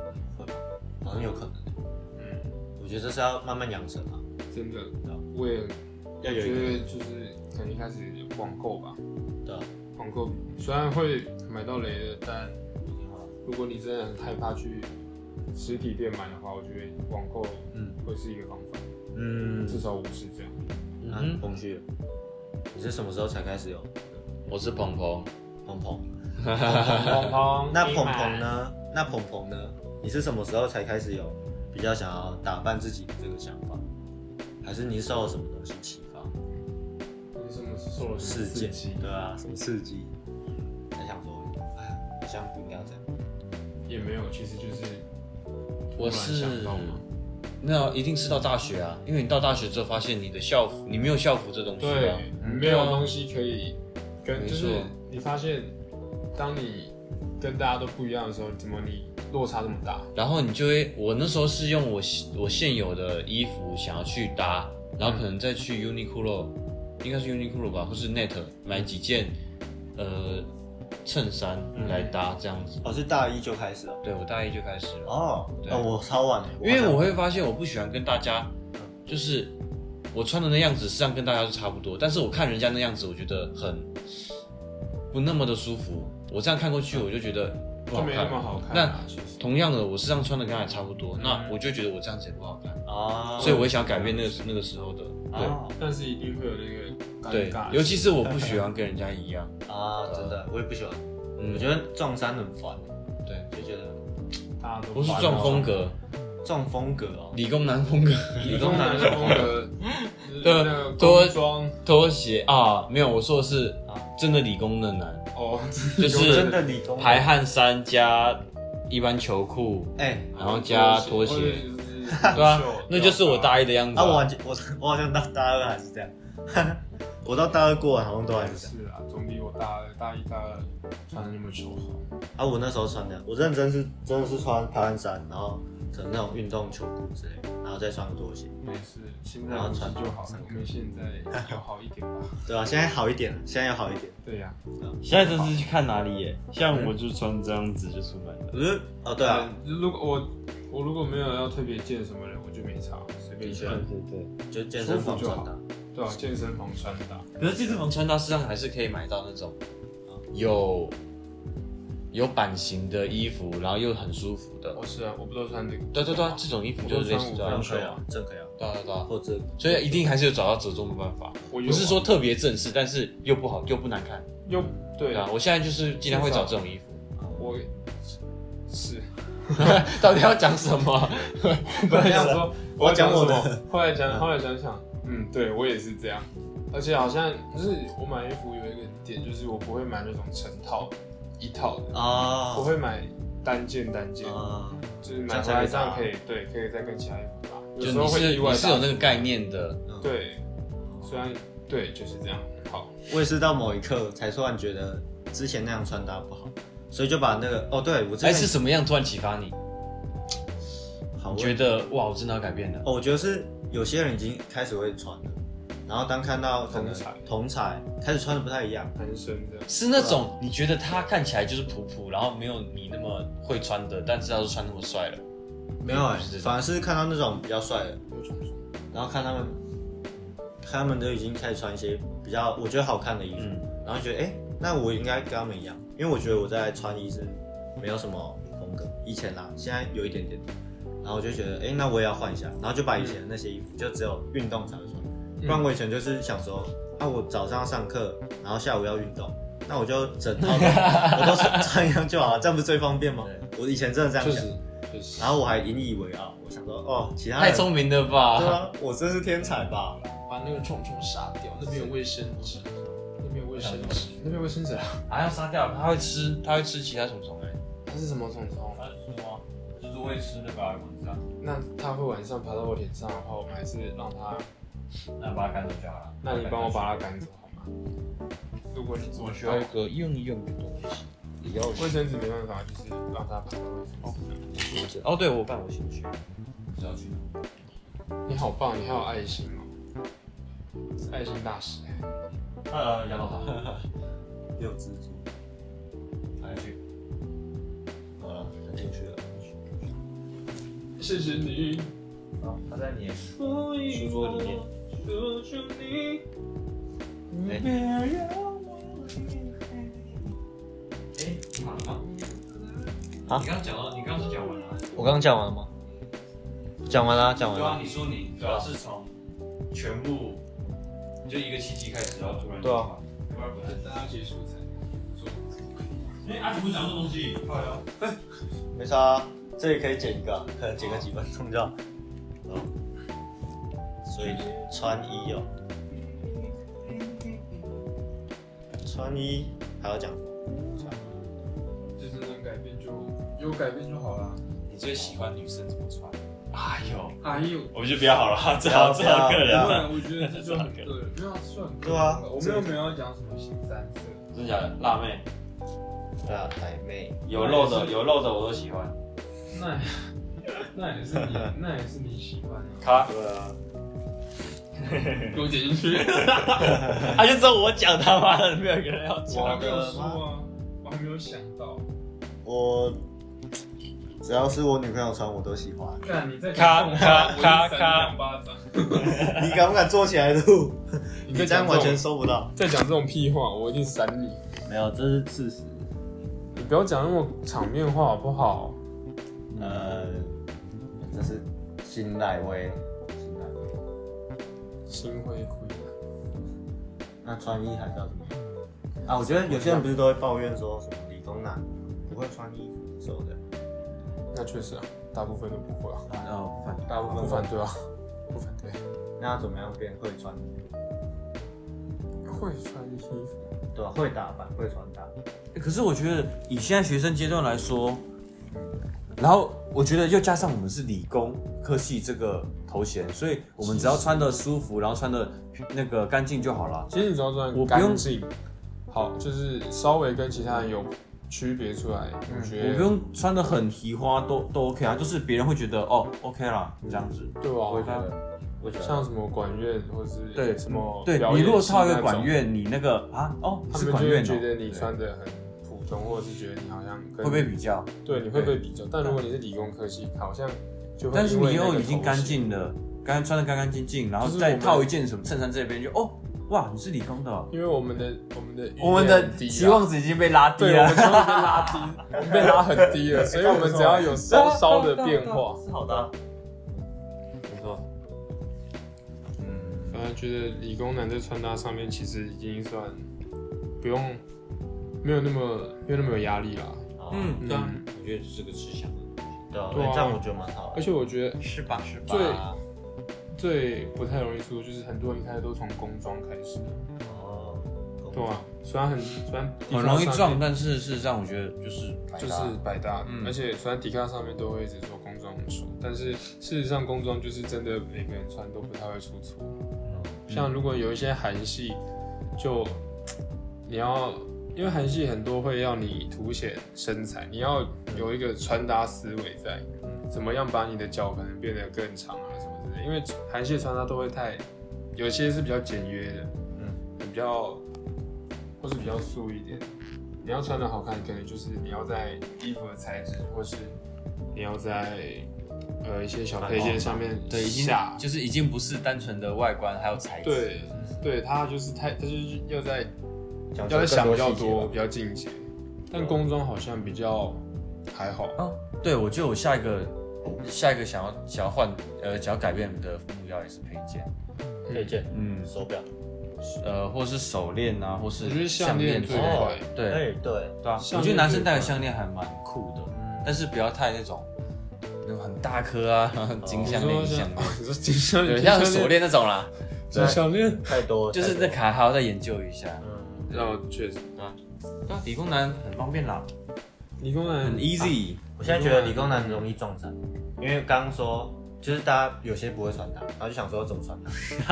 S1: 好像有可能，
S3: 嗯，
S1: 嗯我觉得这是要慢慢养成啊。
S3: 真的
S1: 对啊，
S3: 我也
S2: 要
S3: 我
S2: 有
S3: 觉
S2: 一个
S3: 得就是可能一开始网购吧，
S2: 对啊
S3: 网购虽然会买到雷的，但如果你真的很害怕去实体店买的话，我觉得网购
S2: 嗯
S3: 会是一个方法，
S1: 嗯，
S3: 至少我是这 样。
S2: 啊
S4: 嗯，
S2: 彭旭，你是什么时候才开始有
S4: 我是鹏鹏，
S1: 鹏鹏？
S3: 鹏鹏
S1: 那鹏鹏？呢？那鹏鹏呢？你是什么时候才开始有比较想要打扮自己的这个想法？还是你受了什么东西启发？
S3: 你什么时候受了什
S1: 事
S3: 么刺
S1: 件
S3: 激？
S1: 对啊，什么刺激？才想说，哎呀，好像不应该要这样。
S3: 也没有，其实就是突
S4: 我
S3: 然
S4: 是
S3: 想到嘛。
S4: 没有，一定是到大学啊，因为你到大学之后发现你的校服，你没有校服这东西啊
S3: 对，，没有东西可以跟，
S4: 没
S3: 就
S4: 错
S3: 是你发现，当你跟大家都不一样的时候，怎么你落差这么大？
S4: 然后你就会，我那时候是用我现我现有的衣服想要去搭，然后可
S3: 嗯
S4: 能再去 Uniqlo，应该是 Uniqlo 吧，或是 Net 买几件呃衬衫
S3: 嗯
S4: 来搭这样子。
S3: 哦
S1: 我、是大一就开始了。
S4: 对我大一就开始了，
S1: 哦，
S4: 对
S1: 哦我超晚的，
S4: 因为我会发现我不喜欢跟大家，就是我穿的那样子，实际上跟大家都差不多，但是我看人家那样子，我觉得很不那么的舒服。我这样看过去，我就觉得
S3: 嗯就
S4: 不好
S3: 没那
S4: 看。
S3: 么好看、啊。
S4: 那
S3: 其实
S4: 同样的，我身上穿的跟他也差不多，那我就觉得我这样子也不好看，
S1: 嗯啊，
S4: 所以我也想要改变那个那个时候的，
S1: 啊
S3: 但是一定会有那个
S4: 对
S3: 尴尬，
S4: 对，尤其是我不喜欢跟人家一样，
S1: 啊，真的，我也不喜欢。
S4: 嗯
S1: 我觉得撞衫很烦，
S4: 对，
S1: 就觉得
S3: 大家都
S4: 不是撞风格，
S1: 撞风格哦，
S4: 理工男风格，
S3: 理工男的风格，就是
S4: 对啊
S3: 那个
S4: 多
S3: 工装
S4: 拖鞋啊，没有，我说的是
S1: 啊
S4: 真的理工的男，
S3: 哦，
S4: 就是
S1: 真的理工男
S4: 排汗衫加一般球裤，
S1: 哎、
S4: 然后加拖鞋，，对
S3: 对
S4: 啊，那就是我大一的样子、
S1: 啊，我完 全我我好像到大二还是这样， 我到大二过完好像都还是这样。
S3: 是啊，总比我大二大一大二穿的那么球好。
S1: 啊，我那时候穿的，我认真是真的是穿排汗衫，然后可能那种运动球裤之类的，然后再穿个拖鞋。
S3: 没事，现在不是就好，我们现在要好一点吧。
S1: 对啊，现在好一点了，现在要好一点。
S3: 对呀、
S5: 现在这是去看哪里耶？像我就穿这样子就出门了。
S1: 不是哦，对啊，
S3: 嗯如果我我如果没有要特别见什么人，我就没差，随便
S1: 的
S3: 穿
S1: 确。
S5: 对
S1: 就健身房穿的，
S3: 对啊，健身房穿搭，
S4: 可是健身房穿搭实际上还是可以买到那种有有版型的衣服，然后又很舒服的
S3: 我、。是啊，我不都穿这个。
S4: 对对对，这种衣服就是类似
S3: 哦我
S4: 对啊
S3: 都
S1: 真
S3: 穿
S1: 可以啊，真可以啊，
S4: 对啊对啊对啊，
S1: 或者
S4: 所以一定还是有找到折中的办法，
S3: 我有啊
S4: 不是说特别正式，但是又不好又不难看。
S3: 又对
S4: 对啊，我现在就是尽量会找这种衣服。
S3: 我是，
S4: 到底要讲什么？
S3: 本来想说，
S1: 我讲我的
S3: 要什么，后来想，后来想想，嗯，对我也是这样。而且好像就是我买衣服有一个点，就是我不会买那种成套一套的，
S1: 啊，
S3: 我会买单件单件，
S1: 啊，
S3: 就是买回来这样可以，对，可以再跟其他衣服搭。 有
S4: 就
S3: 时
S4: 你
S3: 候会
S4: 是
S3: 意外搭
S4: 你是有那个概念的，
S1: 嗯，
S3: 对，虽然对就是这样，好，
S1: 我也是到某一刻才突然觉得之前那样穿搭不好，所以就把那个哦，对我之
S4: 哎，
S1: 前
S4: 是什么样突然启发你？
S1: 好
S4: 你
S1: 问
S4: 觉得哇，我真的要改变了。
S1: 哦，我觉得是有些人已经开始会穿了，然后当看到可能
S3: 同彩
S1: 同彩开始穿的不太一样，
S3: 男生的
S4: 是那种
S3: 啊
S4: 你觉得他看起来就是普普，然后没有你那么会穿的，但是他都穿那么帅了。
S1: 没有哎、
S4: 是这种
S1: 反而是看到那种比较帅的，然后看他们，他们都已经开始穿一些比较我觉得好看的衣服，然后觉得哎、那我应该跟他们一样，因为我觉得我在穿衣是没有什么风格，以前啦，现在有一点点，然后我就觉得哎、那我也要换一下，然后就把以前的那些衣服就只有运动才会穿，不然我以前就是想说，啊，我早上要上课，然后下午要运动。那我就整套都我都穿穿一样就好了，这样不是最方便吗？我以前真的这样
S3: 确
S1: 想，
S3: 实确实
S1: 然后我还引以为傲，我想说，哦，其
S5: 哎
S1: 他人
S4: 太聪明了
S1: 对
S4: 吧？
S1: 啊，我真是天才吧？
S3: 把那个虫虫杀掉，那边有卫生纸，那边有卫生纸，那边有卫生纸啊，
S4: 啊，要杀掉他会吃，他会吃其他虫虫哎。
S3: 它是什么虫虫？
S5: 它是什么？就是会吃那个蚊子啊，
S3: 那它会晚上爬到我脸上的话，我们还是让它，
S5: 那把它赶走就好了。
S3: 那你帮我把它赶走好吗？如果你做需要
S4: 一个用一用的东西，也要
S3: 卫生纸没办法，就是让它爬到卫生纸。
S4: 哦，对我办我兴趣，
S5: 不知道去哪。
S3: 你好棒，你还有爱心哦，爱心大使。
S5: 呃，养老塔。
S1: 六蜘蛛，
S5: 来去。
S1: 好了，很进去了。
S3: 谢谢你，
S5: 啊，他在你书桌里面。
S2: 说出你。
S4: 哎
S2: 别让我离开
S4: 哎，你好了吗？
S1: 啊
S4: 你刚刚讲到，你刚刚是讲完了啊。
S1: 我刚刚讲完了吗？讲完啦，讲完
S4: 对啊
S1: 啦，。
S4: 你说你主要是从全部就一个契机开始，然后突然
S1: 对啊，
S4: 突然不太，
S3: 大家结束才。
S4: 哎，阿奇不讲这东西，快啊！
S1: 没啥啊，这里可以剪一个啊，可能剪个几分钟就好。哦所以穿衣哦，穿衣还要讲，
S3: 就是能改变就有改变就好了。
S5: 你最喜欢女生怎么穿？
S4: 哎呦，
S3: 哎呦，
S5: 我们就不要好了，最好最
S2: 啊
S3: 不
S5: 好个
S1: 啊
S5: 人了。
S3: 然我觉得这就很对，没有算
S1: 对啊
S3: 我们又没有要讲什么新三色，
S4: 真假的辣妹，
S1: 对啊，台妹，
S4: 有肉的有肉的我都喜欢。
S3: 那 也那也是你，那也是你喜欢的。
S5: 卡，
S1: 对啊，
S3: 给我剪进去。
S5: 他啊就知道我讲他妈的，没有一个人要
S3: 我还
S5: 讲。
S3: 没有说啊，我还没有想到。
S1: 我只要是我女朋友穿我都喜欢。
S3: 啊看你在
S5: 咔咔咔咔
S3: 两巴掌，
S1: 你敢不敢坐起来录？
S3: 你
S1: 你这
S3: 在
S1: 样
S3: 讲
S1: 完
S3: 这
S1: 全
S3: 种
S1: 收不到。
S3: 在讲这种屁话，我一定闪你。
S1: 没有，这是事实。
S3: 你不要讲那么场面话好不好？
S1: 呃，这是新奶味，新奶味。
S3: 心灰灰的，
S1: 那穿衣还是要怎么样？啊，我觉得有些人不是都会抱怨说什么理工男不会穿衣服什么的。
S3: 那确实啊，大部分都不会啊，
S1: 然后反
S3: 大部分不反对啊，不反对。
S1: 那要怎么样变会穿衣服？
S3: 会穿衣服，
S1: 对吧、会打扮，会穿搭。
S4: 哎可是我觉得以现在学生阶段来说，然后我觉得又加上我们是理工科系这个头衔，所以我们只要穿的舒服，然后穿的那个干净就好了。
S3: 其实你只要穿
S4: 我不用
S3: 干净，好，就是稍微跟其他人有区别出来，我觉
S4: 嗯我
S3: 得
S4: 不用穿的很提花都都 OK 啊，就是别人会觉得哦 OK 啦这样子。
S3: 对吧？我觉得
S1: 得，我觉得
S3: 像什么管乐或是
S4: 对
S3: 什么
S4: 对
S3: 表
S4: 你
S3: 演
S4: 如果
S3: 系
S4: 套一
S3: 那
S4: 个
S3: 种
S4: 管，乐，你那个啊哦
S3: 他
S4: 是
S3: 们就
S4: 管
S3: 会
S4: 乐
S3: 觉
S4: 哦，
S3: 得你穿的很普通，或者是觉得你好像跟
S4: 会被比较，
S3: 对，你会被比较。但如果你是理工科系，好像就会
S4: 但是
S3: 因为
S4: 你
S3: 那
S4: 又
S3: 个
S4: 已经
S3: 头
S4: 干
S3: 衔
S4: 净了，干穿的干干净净，然后
S3: 就是我
S4: 再
S3: 们
S4: 套一件什么衬衫这边就哦哇你是理工的哦、
S3: 因为我们的我们的
S4: 我们
S3: 语言
S4: 的
S3: 很低啊
S4: 期望值已经被拉低啊
S3: 对，我
S4: 了
S3: 们。全部被拉低， 我们被拉很低了，所以我们只要有 稍稍的变化，
S1: 是好的啊、
S4: 没错，
S3: 反正觉得理工男在穿搭上面其实已经算不用没有那么没有那么有压力啦。
S1: 嗯，
S4: 嗯，对啊，我觉得是个吃香的，
S1: 对啊，
S3: 对啊
S1: 这样我觉得蛮好
S3: 而
S1: 的。
S3: 且我觉得
S1: 是吧？是吧？
S3: 最最不太容易出就是很多人一开始都从工装开始，
S1: 哦，
S3: 对啊吧？虽然很虽然迪
S4: 很
S3: 卡
S4: 容易
S3: 上面
S4: 撞，但是事实上我觉得就是
S3: 就是百搭，而且虽然迪卡上面都会一直说工装很熟，但是事实上工装就是真的每个人穿都不太会出错。像如果有一些韩系，就你要，因为韩系很多会要你凸显身材，你要有一个穿搭思维在，怎么样把你的脚可能变得更长啊什么之类的。因为韩系的穿搭都会太，有些是比较简约的，嗯，比较或是比较素一点。你要穿的好看，可能就是你要在衣服的材质，或是你要在呃一些小配件上面
S4: 对，已经
S3: 下
S4: 就是已嗯经不是单纯的外观，还有材质。
S3: 对，对他就是太，他就是要在
S1: 讲究
S3: 要在想比较
S1: 更细节
S3: 多，
S1: 吧
S3: 比较进阶。但工装好像比较还好，
S4: 哦，对，我觉得我下一个下一个想要想要换呃想要改变的目标也是配件，
S1: 配件、
S4: 嗯，
S1: 手表。
S4: 呃，或是手链啊，或是
S3: 我觉得项链
S4: 链
S3: 最
S4: 之类的
S3: 快。
S4: 对，
S1: 哎，对，
S4: 对啊，
S3: 项链
S4: 我觉得男生戴的项链还蛮酷的，但是不要太那种那种很大颗啊，金项链、
S3: 你说
S4: 银项
S3: 像
S4: 链，
S3: 你说金项
S4: 对，
S3: 链，
S4: 像手链那种啦，
S3: 金项链，
S1: 太多了，
S4: 就
S1: 太
S4: 是
S1: 多
S4: 那
S1: 了。
S4: 卡还要再研究一下。
S1: 嗯，
S3: 然后确实，
S4: 对啊，理工男很方便啦，
S3: 理工
S4: 很
S3: 男
S4: easy。
S1: 我现在觉得理工男容易撞衫，因为刚刚说就是大家有些不会穿搭，然后就想说怎么穿搭，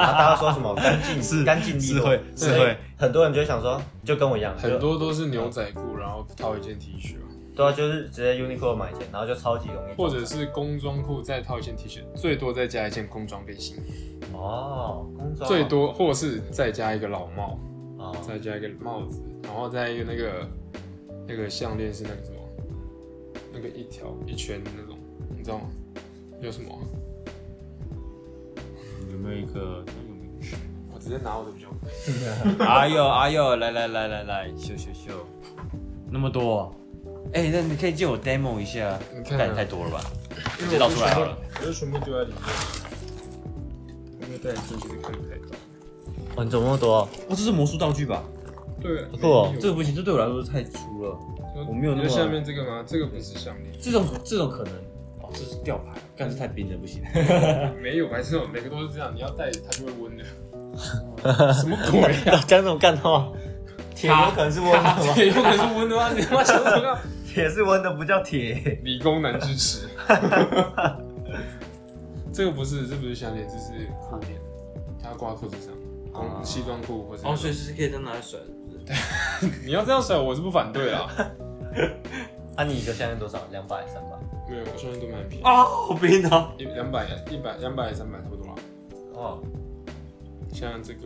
S1: 然后大家说什么干净
S5: 是
S1: 干净利
S5: 是
S1: 落
S5: 会
S1: 所
S5: 是
S1: 以
S5: 会，
S1: 很多人就想说就跟我一样，就
S3: 很多都是牛仔裤，然后套一件 T 恤啊，
S1: 对啊，就是直接 Uniqlo 买一件，然后就超级容易
S3: 或
S1: 撞衫，
S3: 者是工装裤再套一件 T 恤，最多再加一件工装背心，
S1: 哦，工作
S3: 最多或是再加一个老帽，
S1: 哦，
S3: 再加一个帽子，然后再一个那个那个项链是那个什么，那个一条一圈的那种，你知道吗？有什么啊？
S5: 有没有一个？有没有一个
S3: 直接拿我的比较贵。
S5: 哎呦哎呦，来来来来来，秀秀秀，那么多，哎、那你可以借我 demo 一下，
S3: 你
S2: 嗯
S3: 看啊
S5: 太太多了吧？
S3: 直
S5: 接倒出来好了，
S3: 我就全部丢在里面。因为带进去就看不太到。
S1: 哇，你怎么那么多？
S2: 哦，这是魔术道具吧？
S3: 对，哎
S1: 酷哦
S2: 这个不行，这对我来说太粗了。我没有那么
S3: 你说下面这个吗？这个不是项链，
S2: 这种这种可能，哦，这是吊牌，但是太冰了，不行。
S3: 没有白痴哦，每个都是这样，你要戴它就会温的。什么鬼 啊？
S1: 讲这种干话，铁有可能是温的 吗？
S3: 有可能是温的吗？你他妈想什么？
S1: 铁是温的，不叫铁。
S3: 理工男支持。这个不是，这不是项链，这是裤链，它挂裤子上，工西装裤或者。
S4: 哦，所以是可以这样拿来甩的，是不是？
S3: 你要这样甩，我是不反对啦。
S1: 啊，你一个项链多少？两百、三百？
S3: 没有，我项链都蛮便宜，
S5: 啊，好冰哦！
S3: 一两百、一百、两百、三百差不多啦。啊
S1: 哦，
S3: 像这个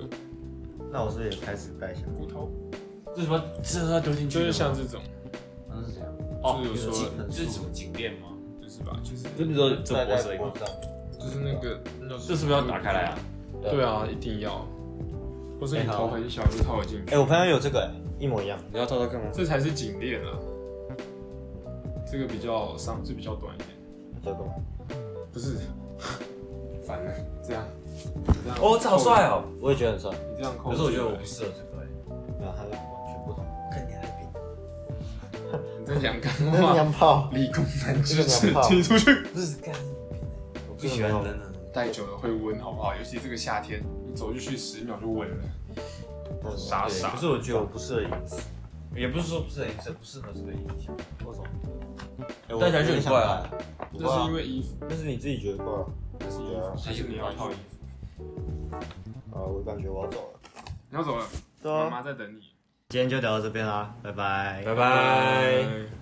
S1: 那我是不是也开始戴项
S3: 骨头，
S5: 这什么？这是要丢进去
S3: 就
S5: 的吗？
S3: 是像这种，
S1: 链？是这样。
S3: 就是有说
S1: 很
S4: 这是什么颈链吗？
S3: 就是吧，就是
S5: 这不是这脖子一个，
S3: 就是那个，
S5: 这是不是要打开来啊？？
S3: 对啊，一定要。或是你头很小就套得进去
S1: 哎，，我朋友有这个，一模一样。
S2: 你要偷偷看吗？
S3: 这才是颈链啊。这个比较上，这比较短一点，
S1: 这个吗？
S3: 不是，烦了，这样，这样
S2: 哦，这好帅哦！
S1: 我也觉得很帅。
S3: 你这样扣，
S2: 可是我觉得我不适合这个。欸
S1: 没有，它是完全不同。跟你还比，
S3: 你在讲干
S1: 那是
S3: 话，
S1: 娘 炮，
S3: 理工男支
S1: 这是
S3: 持
S1: 娘炮
S3: 踢出去。
S2: 哦
S1: 不是干。我
S4: 不喜欢冷冷的。
S3: 戴久了会温，好不好？尤其这个夏天，你走进去十秒就温了，傻
S1: 对
S3: 傻
S1: 可。是我觉得我不适合饮食。
S2: 也不是说不适合颜色，不适合这个影响。
S1: 为什么？哎
S2: 戴起来就很怪啊
S1: 我
S3: 这
S1: 不会啊。
S3: 是因为衣服，
S1: 那是你自己觉得怪啊。
S3: 这是衣
S1: 对啊
S3: 服，还是你要套衣服？
S1: 啊，我感觉我要走了。
S3: 你要走了，
S2: 啊
S1: 对
S3: 妈妈在等你。
S1: 今天就聊到这边啦，拜拜。
S2: 拜拜。